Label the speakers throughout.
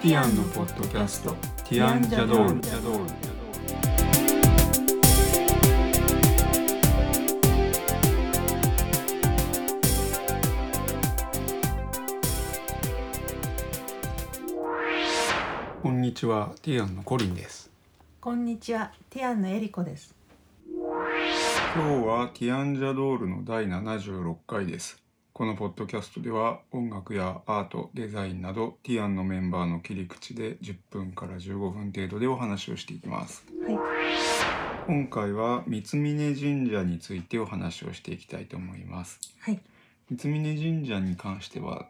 Speaker 1: ッドキャスト「ティアンジャドール」こんにちはティアンのコリンです
Speaker 2: こんにちは、ティアンのエリコです。
Speaker 1: 今日はティアンジャドールの第76回です。このポッドキャストでは音楽やアート、デザインなどティアンのメンバーの切り口で10分から15分程度でお話をしていきます。
Speaker 2: はい、
Speaker 1: 今回は三峯神社についてお話をしていきたいと思います。
Speaker 2: はい、
Speaker 1: 三峯神社に関しては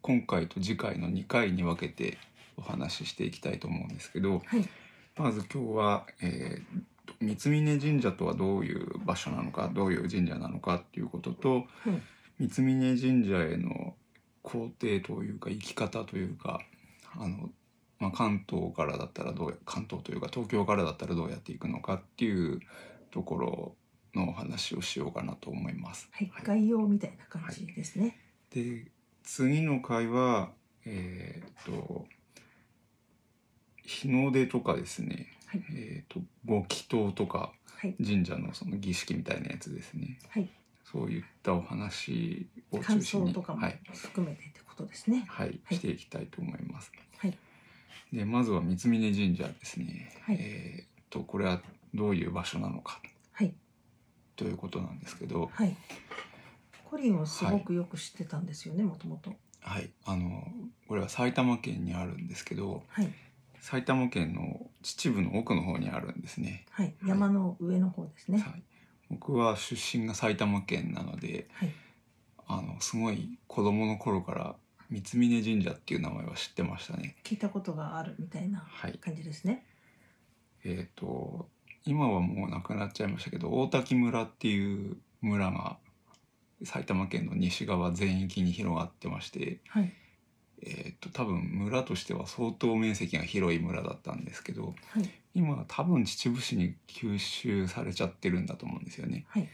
Speaker 1: 今回と次回の2回に分けてお話ししていきたいと思うんですけど、
Speaker 2: はい、
Speaker 1: まず今日は、えー三峯神社とはどういう場所なのかどういう神社なのかっていうことと
Speaker 2: はい、
Speaker 1: 三峯神社への行程というか行き方というかあの、まあ、関東からだったらどうや関東というか東京からだったらどうやって行くのかっていうところのお話をしようかなと思います。
Speaker 2: はい、概要みたいな感じですね。
Speaker 1: で次の回はえーっと日の出とかですね、
Speaker 2: はい
Speaker 1: えーっとご祈祷とか
Speaker 2: はい、
Speaker 1: 神社のその儀式みたいなやつですね
Speaker 2: はい、
Speaker 1: そういったお話を中
Speaker 2: 感
Speaker 1: 心
Speaker 2: 想
Speaker 1: に
Speaker 2: とかも
Speaker 1: はい、
Speaker 2: 含めてってことですね。
Speaker 1: はい、
Speaker 2: はい
Speaker 1: していきたいと思います。
Speaker 2: はい、
Speaker 1: でまずは三峯神社ですね、
Speaker 2: はい
Speaker 1: えーっとこれはどういう場所なのか
Speaker 2: はい、
Speaker 1: ということなんですけど、
Speaker 2: はい。コリンをすごくよく知ってたんですよね、もともと。
Speaker 1: はい、あのこれは埼玉県にあるんですけど、
Speaker 2: はい、
Speaker 1: 埼玉県の秩父の奥の方にあるんですね。
Speaker 2: はい、山の上の方ですね。
Speaker 1: はい、僕は出身が埼玉県なので、
Speaker 2: はい、
Speaker 1: あのすごい子供の頃から三峯神社っていう名前は知ってましたね。
Speaker 2: 聞いたことがあるみたいな
Speaker 1: はい、
Speaker 2: 感じですね。
Speaker 1: えっ、と今はもうなくなっちゃいましたけど、大滝村っていう村が埼玉県の西側全域に広がってまして、
Speaker 2: はい、
Speaker 1: えっ、と多分村としては相当面積が広い村だったんですけど、
Speaker 2: はい、
Speaker 1: 今は多分秩父市に吸収されちゃってるんだと思うんですよね。
Speaker 2: はい、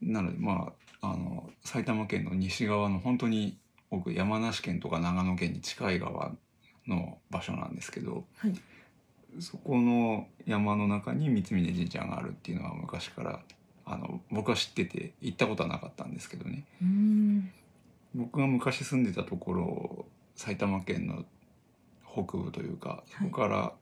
Speaker 1: なのでまああの埼玉県の西側の本当に奥山梨県とか長野県に近い側の場所なんですけど、
Speaker 2: はい
Speaker 1: そこの山の中に三峯神社があるっていうのは昔からあの僕は知ってて行ったことはなかったんですけどね
Speaker 2: うーん、
Speaker 1: 僕が昔住んでたところ埼玉県の北部というかそこから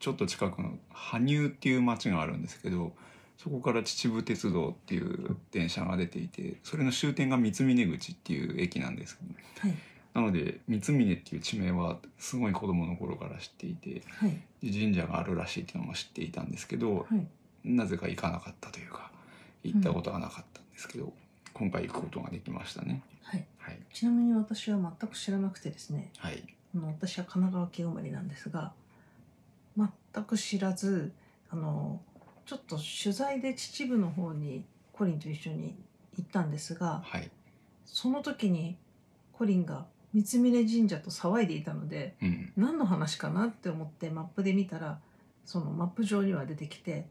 Speaker 1: ちょっと近くの羽生っていう町があるんですけどそこから秩父鉄道っていう電車が出ていてそれの終点が三峰口っていう駅なんです
Speaker 2: はい、
Speaker 1: なので三峰っていう地名はすごい子供の頃から知っていて
Speaker 2: はい、
Speaker 1: 神社があるらしいっていうのも知っていたんですけど
Speaker 2: はい、
Speaker 1: なぜか行かなかったというか行ったことがなかったんですけど、今回行くことができましたね。
Speaker 2: はい。
Speaker 1: はい、
Speaker 2: ちなみに私は全く知らなくてですね。
Speaker 1: はい
Speaker 2: あの私は神奈川県生まれなんですが全く知らずあのちょっと取材で秩父の方にコリンと一緒に行ったんですが
Speaker 1: はい
Speaker 2: その時にコリンが三峯神社と騒いでいたので
Speaker 1: うん
Speaker 2: 何の話かなって思ってマップで見たらそのマップ上には出てきて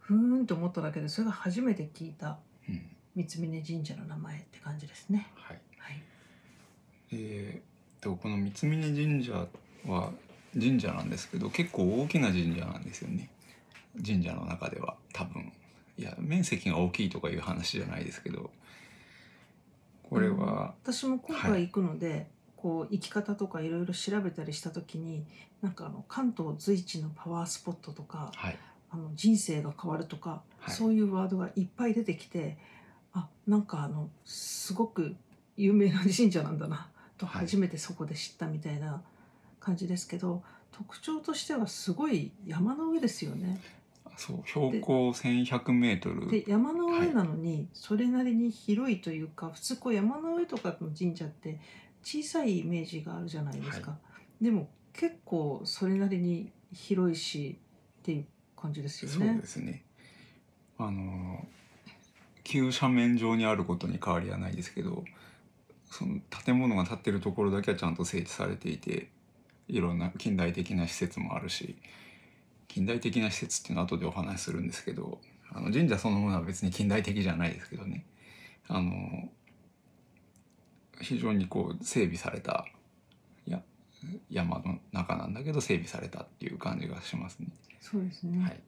Speaker 2: ふーんと思っただけでそれが初めて聞いた
Speaker 1: うん
Speaker 2: 三峯神社の名前って感じですね。
Speaker 1: はい、
Speaker 2: はい、
Speaker 1: えー、とこの三峯神社は神社なんですけど結構大きな神社なんですよね神社の中では多分いや面積が大きいとかいう話じゃないですけどこれは、
Speaker 2: 私も今
Speaker 1: は
Speaker 2: 回行くので、こう行き方とかいろいろ調べたりした時になんかあの関東随一のパワースポットとか
Speaker 1: はい
Speaker 2: あの人生が変わるとか、
Speaker 1: はい
Speaker 2: そういうワードがいっぱい出てきてあなんかあのすごく有名な神社なんだなと
Speaker 1: はい
Speaker 2: 初めてそこで知ったみたいな感じですけど、特徴としてはすごい山の上ですよね。
Speaker 1: そう標高1100メートル
Speaker 2: で山の上なのにそれなりに広いというか、普通こう山の上とかの神社って小さいイメージがあるじゃないですか、でも結構それなりに広いしっていう感じですよ
Speaker 1: そう
Speaker 2: ね
Speaker 1: で。すねあの急斜面上にあることに変わりはないですけどその建物が建ってるところだけはちゃんと整地されていていろんな近代的な施設もあるし近代的な施設っていうのは後でお話しするんですけどあの神社そのものは別に近代的じゃないですけどねあの非常にこう整備されたいや山の中なんだけど整備されたっていう感じがしますね。
Speaker 2: そうですね、
Speaker 1: はい、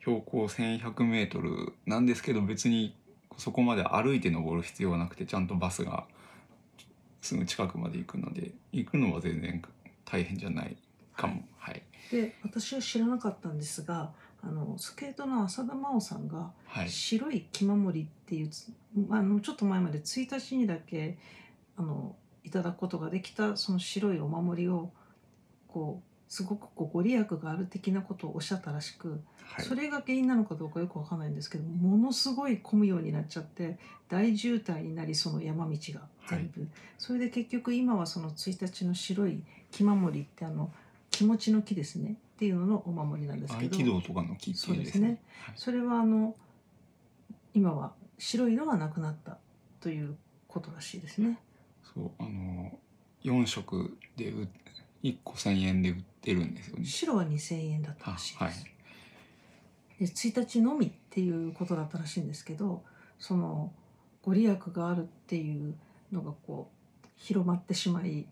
Speaker 1: 標高 1100m なんですけど別にそこまで歩いて登る必要はなくてちゃんとバスがすぐ近くまで行くので行くのは全然大変じゃないかも。はい、
Speaker 2: で私は知らなかったんですがあのスケートの浅田真央さんが
Speaker 1: はい
Speaker 2: 白い木守りっていうつ、あのちょっと前まで1日にだけあのいただくことができたその白いお守りをこうすごくこうご利益がある的なことをおっしゃったらしく、
Speaker 1: はい
Speaker 2: それが原因なのかどうかよくわかんないんですけどものすごい混むようになっちゃって大渋滞になりその山道が全部、それで結局今はその1日の白い木守りってあの気持ちの木ですねっていうののお守りなんですけ
Speaker 1: 合
Speaker 2: ど。
Speaker 1: 気道とかの木って
Speaker 2: そう
Speaker 1: い
Speaker 2: で
Speaker 1: うですすね
Speaker 2: ね。それはあの今は白いのがなくなったということらしいですね。
Speaker 1: そうあの4色でう1個1,000円で売ってるんですよね。
Speaker 2: 白は2000円だった
Speaker 1: あ
Speaker 2: らしい
Speaker 1: は
Speaker 2: で
Speaker 1: い
Speaker 2: す。で1日のみっていうことだったらしいんですけどそのご利益があるっていうのがこう広まってしまい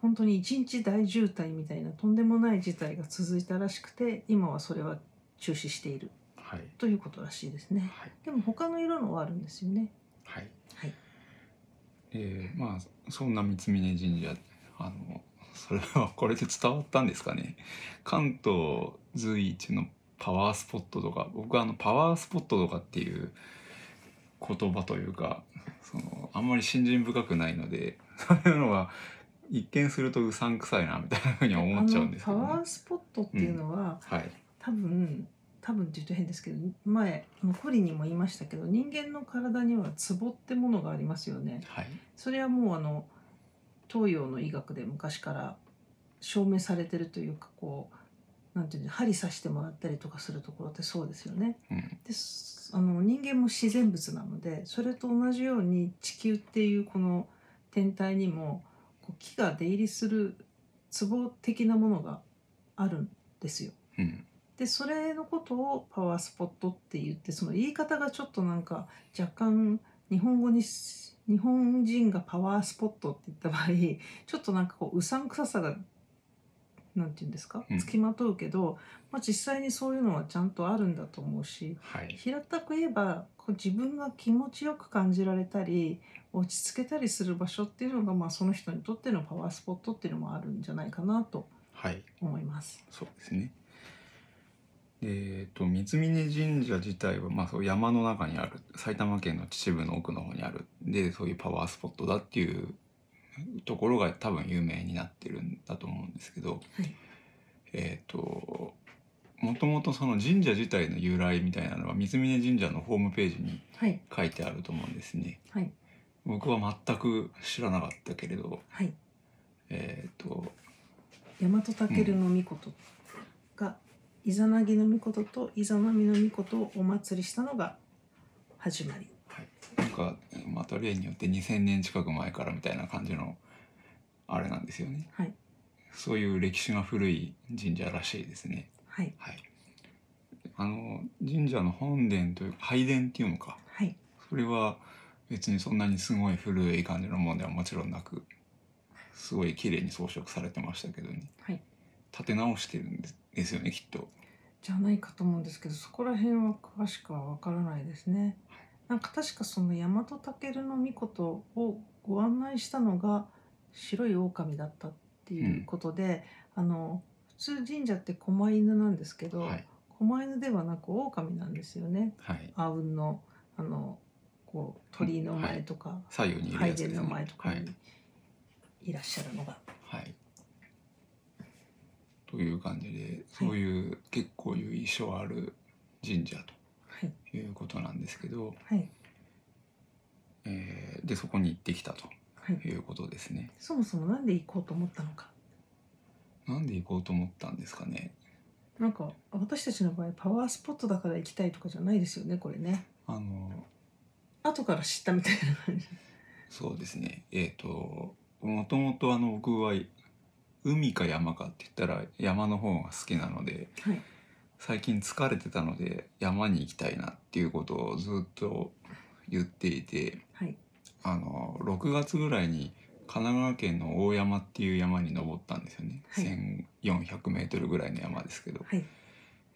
Speaker 2: 本当に一日大渋滞みたいなとんでもない事態が続いたらしくて今はそれは中止している
Speaker 1: はい
Speaker 2: ということらしいですね。
Speaker 1: はい
Speaker 2: でも他の色のはあるんですよね。
Speaker 1: はい。
Speaker 2: はい
Speaker 1: えーまあそんな三峯神社あのそれはこれで伝わったんですかね。関東随一のパワースポットとか僕はあのパワースポットとかっていう言葉というかそのあんまり信心深くないのでそういうのは一見するとうさんくさいなみたいなふうには思っちゃうんですけ
Speaker 2: あ
Speaker 1: ど、
Speaker 2: の
Speaker 1: ね
Speaker 2: パワースポットっていうのは、
Speaker 1: はい
Speaker 2: 多分多分って言うと変ですけど前あのコリにも言いましたけど人間の体にはツボってものがありますよね
Speaker 1: はい
Speaker 2: それはもうあの東洋の医学で昔から証明されてるというかこうなんていうの針刺してもらったりとかするところってそうですよね。
Speaker 1: うん
Speaker 2: ですあの人間も自然物なのでそれと同じように地球っていうこの天体にもこう木が出入りするツボ的なものがあるんですよ。
Speaker 1: うん
Speaker 2: でそれのことをパワースポットって言ってその言い方がちょっとなんか若干日本語にし日本人がパワースポットって言った場合 ちょっとなんかこううさんくささがなんて言うんですか
Speaker 1: うん
Speaker 2: つきまとうけど、まあ、実際にそういうのはちゃんとあるんだと思うし
Speaker 1: はい
Speaker 2: 平たく言えばこう自分が気持ちよく感じられたり落ち着けたりする場所っていうのが、まあ、その人にとってのパワースポットっていうのもあるんじゃないかなと
Speaker 1: はい
Speaker 2: 思います。
Speaker 1: そうですね。でえっと三峯神社自体は、まあ、そう山の中にある埼玉県の秩父の奥の方にあるでそういうパワースポットだっていうところが多分有名になってるんだと思うんですけど、
Speaker 2: はい
Speaker 1: えっともともとその神社自体の由来みたいなのは三峯神社のホームページに
Speaker 2: はい、
Speaker 1: 書いてあると思うんですね。
Speaker 2: はい
Speaker 1: 僕は全く知らなかったけれど、
Speaker 2: はい
Speaker 1: えっと
Speaker 2: 大和尊の御事が、イザナギの御事とイザナミの御事をお祭りしたのが始まり
Speaker 1: なんかまた例によって2,000年近く前からみたいな感じのあれなんですよね
Speaker 2: はい
Speaker 1: そういう歴史が古い神社らしいですね
Speaker 2: はい
Speaker 1: はいあの神社の本殿というか拝殿っていうのか
Speaker 2: はい
Speaker 1: それは別にそんなにすごい古い感じのものではもちろんなくすごい綺麗に装飾されてましたけどね
Speaker 2: はい
Speaker 1: 立て直してるんですですよねきっと
Speaker 2: じゃないかと思うんですけどそこら辺は詳しくはわからないですね。なんか確かその大和尊の御事をご案内したのが白い狼だったっていうことで、あの普通神社って狛犬なんですけど、
Speaker 1: はい
Speaker 2: 狛犬ではなく狼なんですよね。
Speaker 1: はい
Speaker 2: あうんのあのこう鳥居の前とか、
Speaker 1: 左右にいる
Speaker 2: 拝
Speaker 1: やつです
Speaker 2: 殿
Speaker 1: ね
Speaker 2: の前とか
Speaker 1: はい
Speaker 2: にいらっしゃるのが、
Speaker 1: はい。という感じで、そういう結構由緒ある神社
Speaker 2: はい
Speaker 1: ということなんですけど、
Speaker 2: はい
Speaker 1: えーでそこに行ってきたと
Speaker 2: はい、
Speaker 1: いうことですね。
Speaker 2: そもそもなんで行こうと思ったのか
Speaker 1: なんで行こうと思ったんですかね。
Speaker 2: なんか私たちの場合パワースポットだから行きたいとかじゃないですよねこれね
Speaker 1: あの
Speaker 2: 後から知ったみたいな感じ
Speaker 1: そうですね。えっ、ともともとあの僕は海か山かって言ったら山の方が好きなので。
Speaker 2: はい
Speaker 1: 最近疲れてたので山に行きたいなっていうことをずっと言っていて
Speaker 2: はい
Speaker 1: あの6月ぐらいに神奈川県の大山っていう山に登ったんですよね、
Speaker 2: はい
Speaker 1: 1400メートルぐらいの山ですけど
Speaker 2: は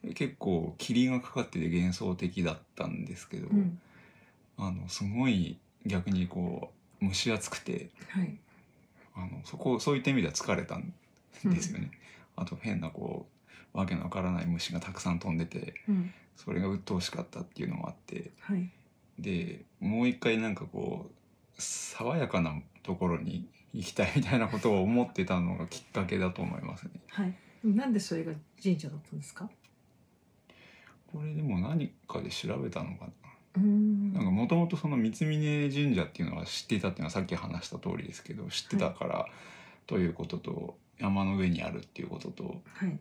Speaker 2: い、
Speaker 1: 結構霧がかかってて幻想的だったんですけど、
Speaker 2: うん、
Speaker 1: あのすごい逆にこう蒸し暑くて
Speaker 2: はい、
Speaker 1: あのそこそういった意味では疲れたんですよね。あと変なこうわけのわからない虫がたくさん飛んでて
Speaker 2: うん、
Speaker 1: それが鬱陶しかったっていうのもあって
Speaker 2: はい、
Speaker 1: でもう一回なんかこう爽やかなところに行きたいみたいなことを思ってたのがきっかけだと思いますね。
Speaker 2: はい。なんでそれが神社だったんですか。
Speaker 1: これでも何かで調べたのかな
Speaker 2: うーん
Speaker 1: なんかもともとその三峯神社っていうのは知っていたっていうのはさっき話した通りですけど知ってたからということと山の上にあるっていうことと
Speaker 2: はい、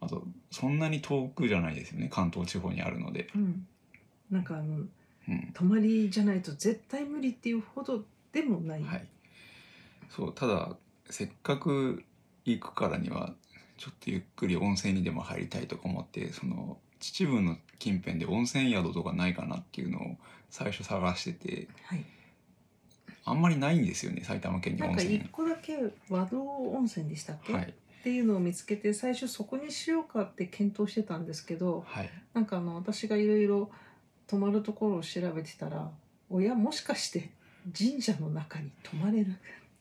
Speaker 1: あとそんなに遠くじゃないですよね関東地方にあるので、
Speaker 2: うん、なんかあの
Speaker 1: うん
Speaker 2: 泊まりじゃないと絶対無理っていうほどでもない。
Speaker 1: はい、そうただせっかく行くからにはちょっとゆっくり温泉にでも入りたいとか思ってその秩父の近辺で温泉宿とかないかなっていうのを最初探してて
Speaker 2: はい。
Speaker 1: あんまりないんですよね埼玉県に
Speaker 2: なん
Speaker 1: 温
Speaker 2: か
Speaker 1: 泉
Speaker 2: 一個だけ和道温泉でしたっけ、
Speaker 1: は
Speaker 2: っ
Speaker 1: い
Speaker 2: ていうのを見つけて最初そこにしようかって検討してたんですけど
Speaker 1: はい
Speaker 2: なんかあの私がいろいろ泊まるところを調べてたらおやもしかして神社の中に泊まれるっ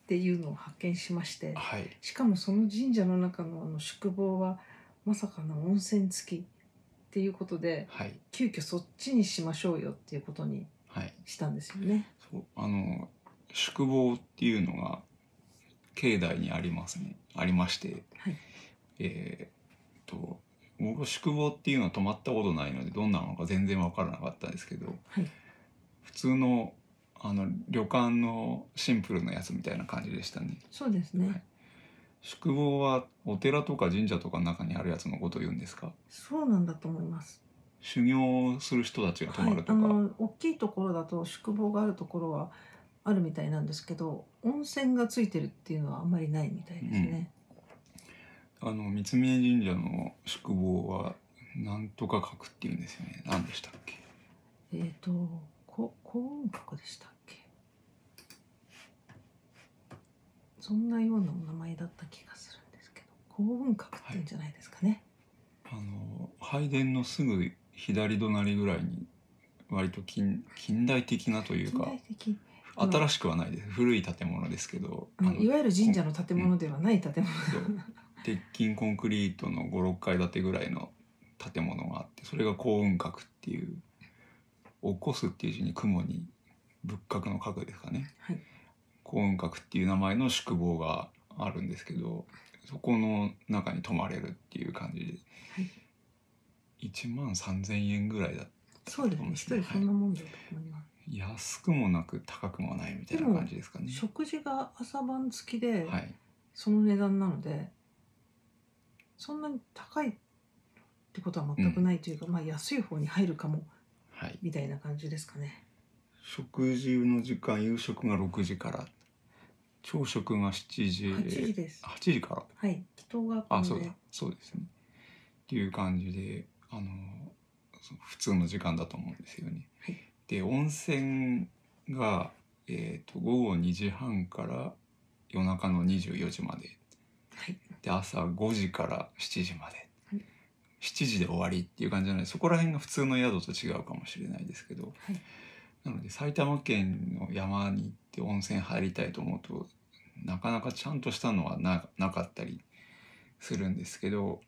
Speaker 2: ていうのを発見しまして
Speaker 1: はい
Speaker 2: しかもその神社の中のあの宿坊はまさかの温泉付きっていうことで
Speaker 1: はい
Speaker 2: 急遽そっちにしましょうよっていうことに
Speaker 1: はい、
Speaker 2: したんですよね。
Speaker 1: そうあの宿坊っていうのが境内にありますねありまして、
Speaker 2: はい
Speaker 1: えーっと僕は宿坊っていうのは泊まったことないのでどんなのか全然分からなかったんですけど
Speaker 2: はい、
Speaker 1: 普通のあの旅館のシンプルなやつみたいな感じでしたね
Speaker 2: そうですね、
Speaker 1: はい宿坊はお寺とか神社とかの中にあるやつのことを言うんですか
Speaker 2: そうなんだと思います。
Speaker 1: 修行する人たちが泊
Speaker 2: は
Speaker 1: ま
Speaker 2: い
Speaker 1: る、と
Speaker 2: あ
Speaker 1: か、
Speaker 2: の大きいところだと宿坊があるところはあるみたいなんですけど温泉がついてるっていうのはあんまりないみたいですね、
Speaker 1: あの三峯神社の宿坊はなんとか閣っていうんですよね。何でしたっけ？
Speaker 2: えっ、とこ幸運閣でしたっけそんなようなお名前だった気がするんですけど幸運閣っていうんじゃないですかね、
Speaker 1: あの拝殿のすぐ左隣ぐらいに割と近近代的なという
Speaker 2: 近
Speaker 1: か
Speaker 2: 代的あの
Speaker 1: 新しくはないです。古い建物ですけど、
Speaker 2: あのいわゆる神社
Speaker 1: の
Speaker 2: の建物ではない建物、
Speaker 1: 鉄筋コンクリートの五六階建てぐらいの建物があって、それが幸雲閣っていう起こすっていう字に雲に仏閣の閣ですかね。
Speaker 2: はい
Speaker 1: 幸雲閣っていう名前の宿坊があるんですけどそこの中に泊まれるっていう感じで、
Speaker 2: はい
Speaker 1: 1万3,000円ぐらいだった
Speaker 2: そうですね一人そんなもんだと思いま
Speaker 1: は
Speaker 2: す、
Speaker 1: い安くもなく高くもないみたいな感じですかね。
Speaker 2: 食事が朝晩付きで、
Speaker 1: はい、
Speaker 2: その値段なのでそんなに高いってことは全くないというか、まあ安い方に入るかも
Speaker 1: はい、
Speaker 2: みたいな感じですかね
Speaker 1: 食事の時間夕食が6時から朝食が7時
Speaker 2: 8時です
Speaker 1: 8時から
Speaker 2: はい祈祷があ
Speaker 1: あ
Speaker 2: った
Speaker 1: そ
Speaker 2: の
Speaker 1: う
Speaker 2: で
Speaker 1: だそうですねっていう感じであのそう普通の時間だと思うんですよね。
Speaker 2: はい
Speaker 1: で温泉が、えー、と午後2時半から夜中の24時まで
Speaker 2: はい
Speaker 1: で朝5時から7時まで、
Speaker 2: はい
Speaker 1: 7時で終わりっていう感じじゃないそこら辺が普通の宿と違うかもしれないですけど
Speaker 2: はい
Speaker 1: なので埼玉県の山に行って温泉入りたいと思うとなかなかちゃんとしたのはななかったりするんですけど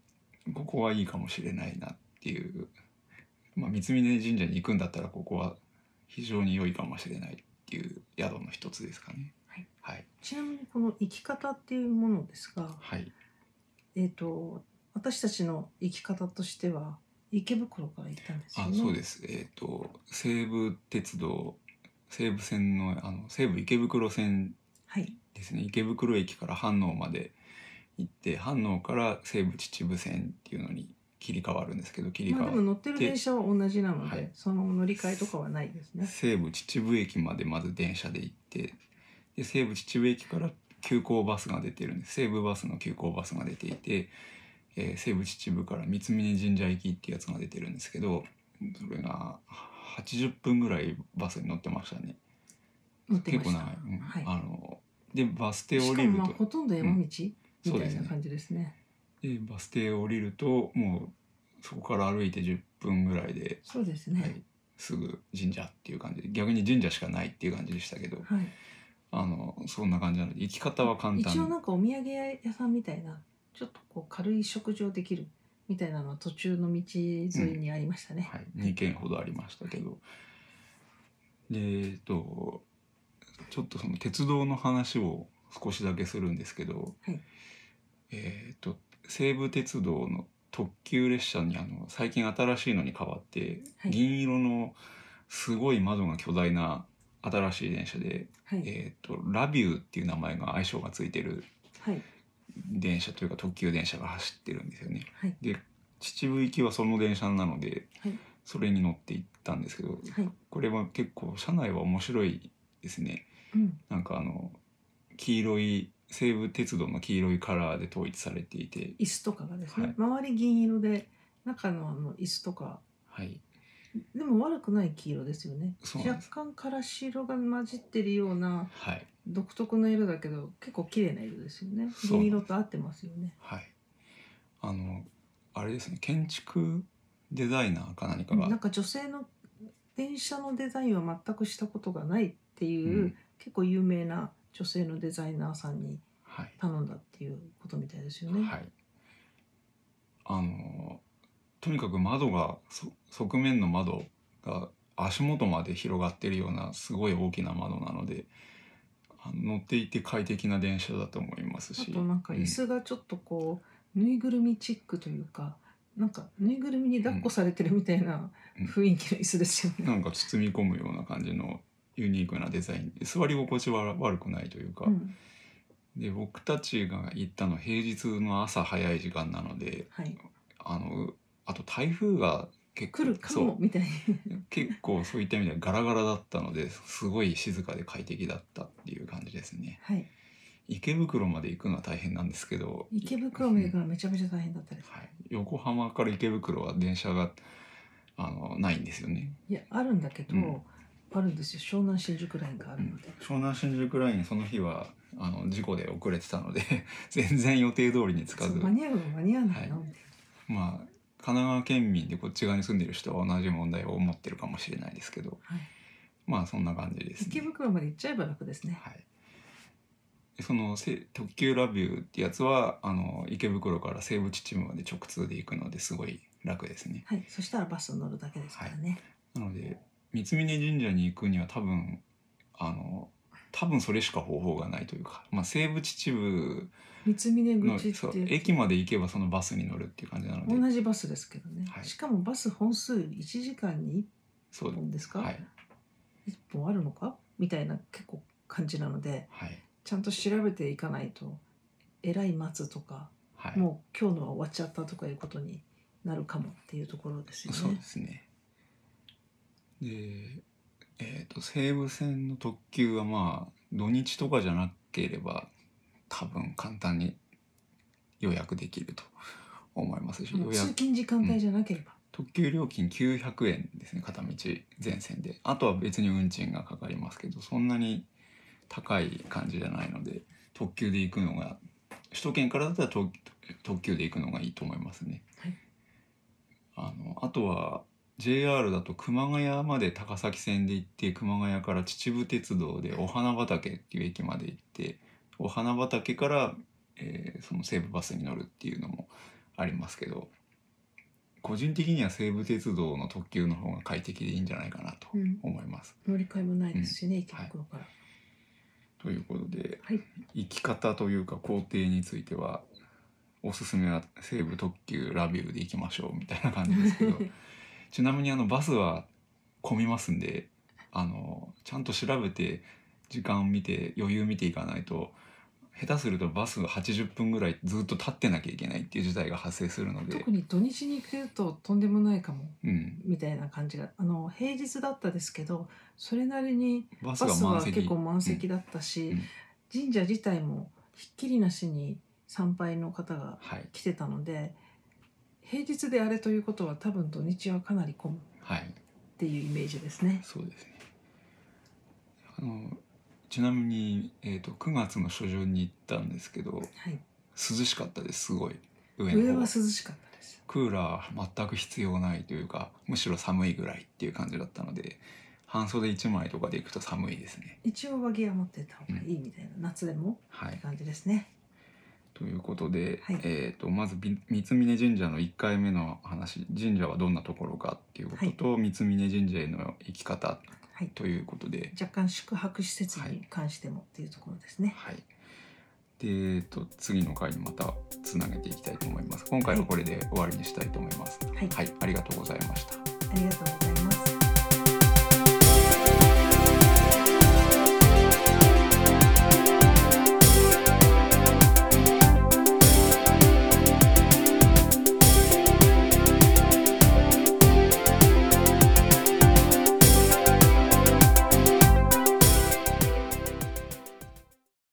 Speaker 1: ここはいいかもしれないなっていう、まあ、三峯神社に行くんだったらここは非常に良いかもしれないっていう宿の一つですかね。
Speaker 2: はい
Speaker 1: はい、
Speaker 2: ちなみにこの生き方っていうものですが
Speaker 1: はい、
Speaker 2: えっ、と私たちの生き方としては池袋から行ったんですよ
Speaker 1: あ
Speaker 2: ね
Speaker 1: そうですえっ、と西武鉄道西武線のあの西武池袋線
Speaker 2: はい
Speaker 1: ですね池袋駅から飯能まで行って飯能から西武秩父線っていうのに切り替わるんですけど切り替
Speaker 2: まあで
Speaker 1: わ
Speaker 2: も乗ってる電車は同じなので、
Speaker 1: はい
Speaker 2: その乗り換えとかはないですね
Speaker 1: 西武秩父駅までまず電車で行ってで西武秩父駅から急行バスが出てるんです西武バスの急行バスが出ていて、えー西武秩父から三峯神社行きっていうやつが出てるんですけどそれが80分ぐらいバスに乗ってましたね
Speaker 2: 乗ってました
Speaker 1: 結構長い、うん
Speaker 2: はい
Speaker 1: あのでバス停を
Speaker 2: し
Speaker 1: 降
Speaker 2: か
Speaker 1: りる
Speaker 2: もまあ
Speaker 1: と
Speaker 2: ほとんど山道、み
Speaker 1: そう
Speaker 2: た
Speaker 1: で
Speaker 2: い
Speaker 1: す
Speaker 2: な
Speaker 1: ね
Speaker 2: 感じですね。
Speaker 1: でバス停を降りるともうそこから歩いて10分ぐらいで、
Speaker 2: そうです
Speaker 1: は
Speaker 2: ね。
Speaker 1: い、すぐ神社っていう感じで逆に神社しかないっていう感じでしたけど
Speaker 2: はい。
Speaker 1: あのそんな感じなので行き方は簡単
Speaker 2: 一応なんかお土産屋さんみたいなちょっとこう軽い食事をできるみたいなのは途中の道沿いにありましたね。
Speaker 1: はい、2件ほどありましたけど、でえっとちょっとその鉄道の話を少しだけするんですけど、
Speaker 2: はい
Speaker 1: えっと西武鉄道の特急列車にあの最近新しいのに変わって、
Speaker 2: はい
Speaker 1: 銀色のすごい窓が巨大な新しい電車で、
Speaker 2: はい。
Speaker 1: えっとラビューっていう名前が愛称がついてる
Speaker 2: はい。
Speaker 1: 電車というか特急電車が走ってるんですよね。
Speaker 2: はい。
Speaker 1: で秩父行きはその電車なので、
Speaker 2: はい
Speaker 1: それに乗って行ったんですけど
Speaker 2: はい。
Speaker 1: これは結構車内は面白いですね
Speaker 2: うん。
Speaker 1: なんかあの黄色い西武鉄道の黄色いカラーで統一されていて、
Speaker 2: 椅子とかがですね、
Speaker 1: はい
Speaker 2: 周り銀色で中のあの椅子とか
Speaker 1: はい、
Speaker 2: でも悪くない黄色ですよね
Speaker 1: そうなん
Speaker 2: 若
Speaker 1: です
Speaker 2: 干からし色が混じってるような
Speaker 1: はい
Speaker 2: 独特の色だけど結構綺麗な色ですよね
Speaker 1: そう
Speaker 2: 銀色と合ってますよね
Speaker 1: はいあのあれですね建築デザイナーか何かが、
Speaker 2: なんか女性の電車のデザインは全くしたことがないっていう、
Speaker 1: うん
Speaker 2: 結構有名な女性のデザイナーさんに
Speaker 1: はい、
Speaker 2: 頼んだっていうことみたいですよね。
Speaker 1: はいあのとにかく窓がそ側面の窓が足元まで広がってるようなすごい大きな窓なのであの乗っていて快適な電車だと思いますし
Speaker 2: あとなんか椅子がちょっとこう、ぬいぐるみチックというかなんかぬいぐるみに抱っこされてるみたいな
Speaker 1: うん
Speaker 2: 雰囲気の椅子ですよね。
Speaker 1: なんか包み込むような感じのユニークなデザインで座り心地は悪くないというか、
Speaker 2: うん
Speaker 1: で僕たちが行ったのは平日の朝早い時間なので
Speaker 2: はい、
Speaker 1: あのあと台風が結構
Speaker 2: 来るか
Speaker 1: そう
Speaker 2: もみたいに
Speaker 1: 結構そういった意味ではガラガラだったのですごい静かで快適だったっていう感じですね
Speaker 2: はい、
Speaker 1: 池袋まで行くのは大変なんですけど
Speaker 2: 池袋まで行くのはめちゃめちゃ大変だったです。
Speaker 1: はい、横浜から池袋は電車があのないんですよね
Speaker 2: いやあるんだけど、
Speaker 1: うん
Speaker 2: あるんですよ湘南新宿ラインがあるので。
Speaker 1: 湘南新宿ラインその日はあの事故で遅れてたので 全然予定通りにつか
Speaker 2: そう
Speaker 1: ず
Speaker 2: 間に合うの間に合わないの、
Speaker 1: はまあ神奈川県民でこっち側に住んでる人は同じ問題を思ってるかもしれないですけど
Speaker 2: はい、
Speaker 1: まあそんな感じです
Speaker 2: 池
Speaker 1: ね。
Speaker 2: 袋まで行っちゃえば楽ですね。
Speaker 1: はい、でそのせ特急ラビューってやつはあの池袋から西武秩父まで直通で行くのですごい楽ですね。
Speaker 2: はい、そしたらバスに乗るだけですからね。
Speaker 1: なので三峯神社に行くには多分あの多分それしか方法がないというか、まあ、西武秩
Speaker 2: 三峰
Speaker 1: 父の
Speaker 2: 口
Speaker 1: そう
Speaker 2: って
Speaker 1: 駅まで行けばそのバスに乗るっていう感じなので
Speaker 2: 同じバスですけどね、
Speaker 1: はい
Speaker 2: しかもバス本数1時間に
Speaker 1: そう
Speaker 2: 1本ですか、
Speaker 1: はい
Speaker 2: 1本あるのかみたいな結構感じなので
Speaker 1: はい
Speaker 2: ちゃんと調べていかないとえらい待つとか、
Speaker 1: はい。
Speaker 2: もう今日のは終わっちゃったとかいうことになるかもっていうところですよ
Speaker 1: そう
Speaker 2: ね
Speaker 1: で。すね。で、えっ、と西武線の特急はまあ土日とかじゃなければ多分簡単に予約できると思いますし、
Speaker 2: あの
Speaker 1: 予
Speaker 2: 通
Speaker 1: 約
Speaker 2: 勤時間帯じゃなければ、
Speaker 1: 特急料金900円ですね片道全線で、あとは別に運賃がかかりますけどそんなに高い感じじゃないので特急で行くのが首都圏からだったら特特急で行くのがいいと思いますね。
Speaker 2: はい
Speaker 1: あのあとは JR だと熊谷まで高崎線で行って熊谷から秩父鉄道でお花畑っていう駅まで行ってお花畑から、えーその西武バスに乗るっていうのもありますけど個人的には西武鉄道の特急の方が快適でいいんじゃないかなと
Speaker 2: うん
Speaker 1: 思います。
Speaker 2: 乗り換えもないですしね、池
Speaker 1: はい
Speaker 2: 袋から。
Speaker 1: ということで、
Speaker 2: はい
Speaker 1: 行き方というか工程についてはおすすめは西武特急ラビューで行きましょうみたいな感じですけ どちなみにあのバスは混みますんであのちゃんと調べて時間を見て余裕見ていかないと下手するとバスが80分ぐらいずっと立ってなきゃいけないっていう事態が発生するので
Speaker 2: 特、に土日に行くととんでもないかも
Speaker 1: うん、
Speaker 2: みたいな感じがあの平日だったですけどそれなりに
Speaker 1: バス
Speaker 2: バ
Speaker 1: が
Speaker 2: ス
Speaker 1: 満
Speaker 2: は
Speaker 1: 席
Speaker 2: 結構満席だったし、
Speaker 1: うん
Speaker 2: 神社自体もひっきりなしに参拝の方が
Speaker 1: はい
Speaker 2: 来てたので平日であれということは多分土日はかなり混むっ
Speaker 1: はい
Speaker 2: ていうイメージですね。
Speaker 1: そうですね。あのちなみに、えー、と9月の初旬に行ったんですけど
Speaker 2: はい、
Speaker 1: 涼しかったですすごい上
Speaker 2: 上
Speaker 1: の
Speaker 2: は涼
Speaker 1: 方
Speaker 2: しかったです
Speaker 1: クーラー全く必要ないというかむしろ寒いぐらいっていう感じだったので半袖1枚とかで行くと寒いですね
Speaker 2: 一応上着は持ってた方がいいみたいな、夏でも
Speaker 1: は
Speaker 2: って
Speaker 1: い
Speaker 2: 感じですね
Speaker 1: ということで、
Speaker 2: はい
Speaker 1: えー、とまずび三峯神社の1回目の話神社はどんなところかっていうことと、三峯神社への行き方
Speaker 2: はい
Speaker 1: ということで、
Speaker 2: 若干宿泊施設に関してもっていうところですね
Speaker 1: はいでえー、と次の回にまたつなげていきたいと思います今回はこれで終わりにしたいと思います、
Speaker 2: はい
Speaker 1: はい、ありがとうございました
Speaker 2: ありがとうございます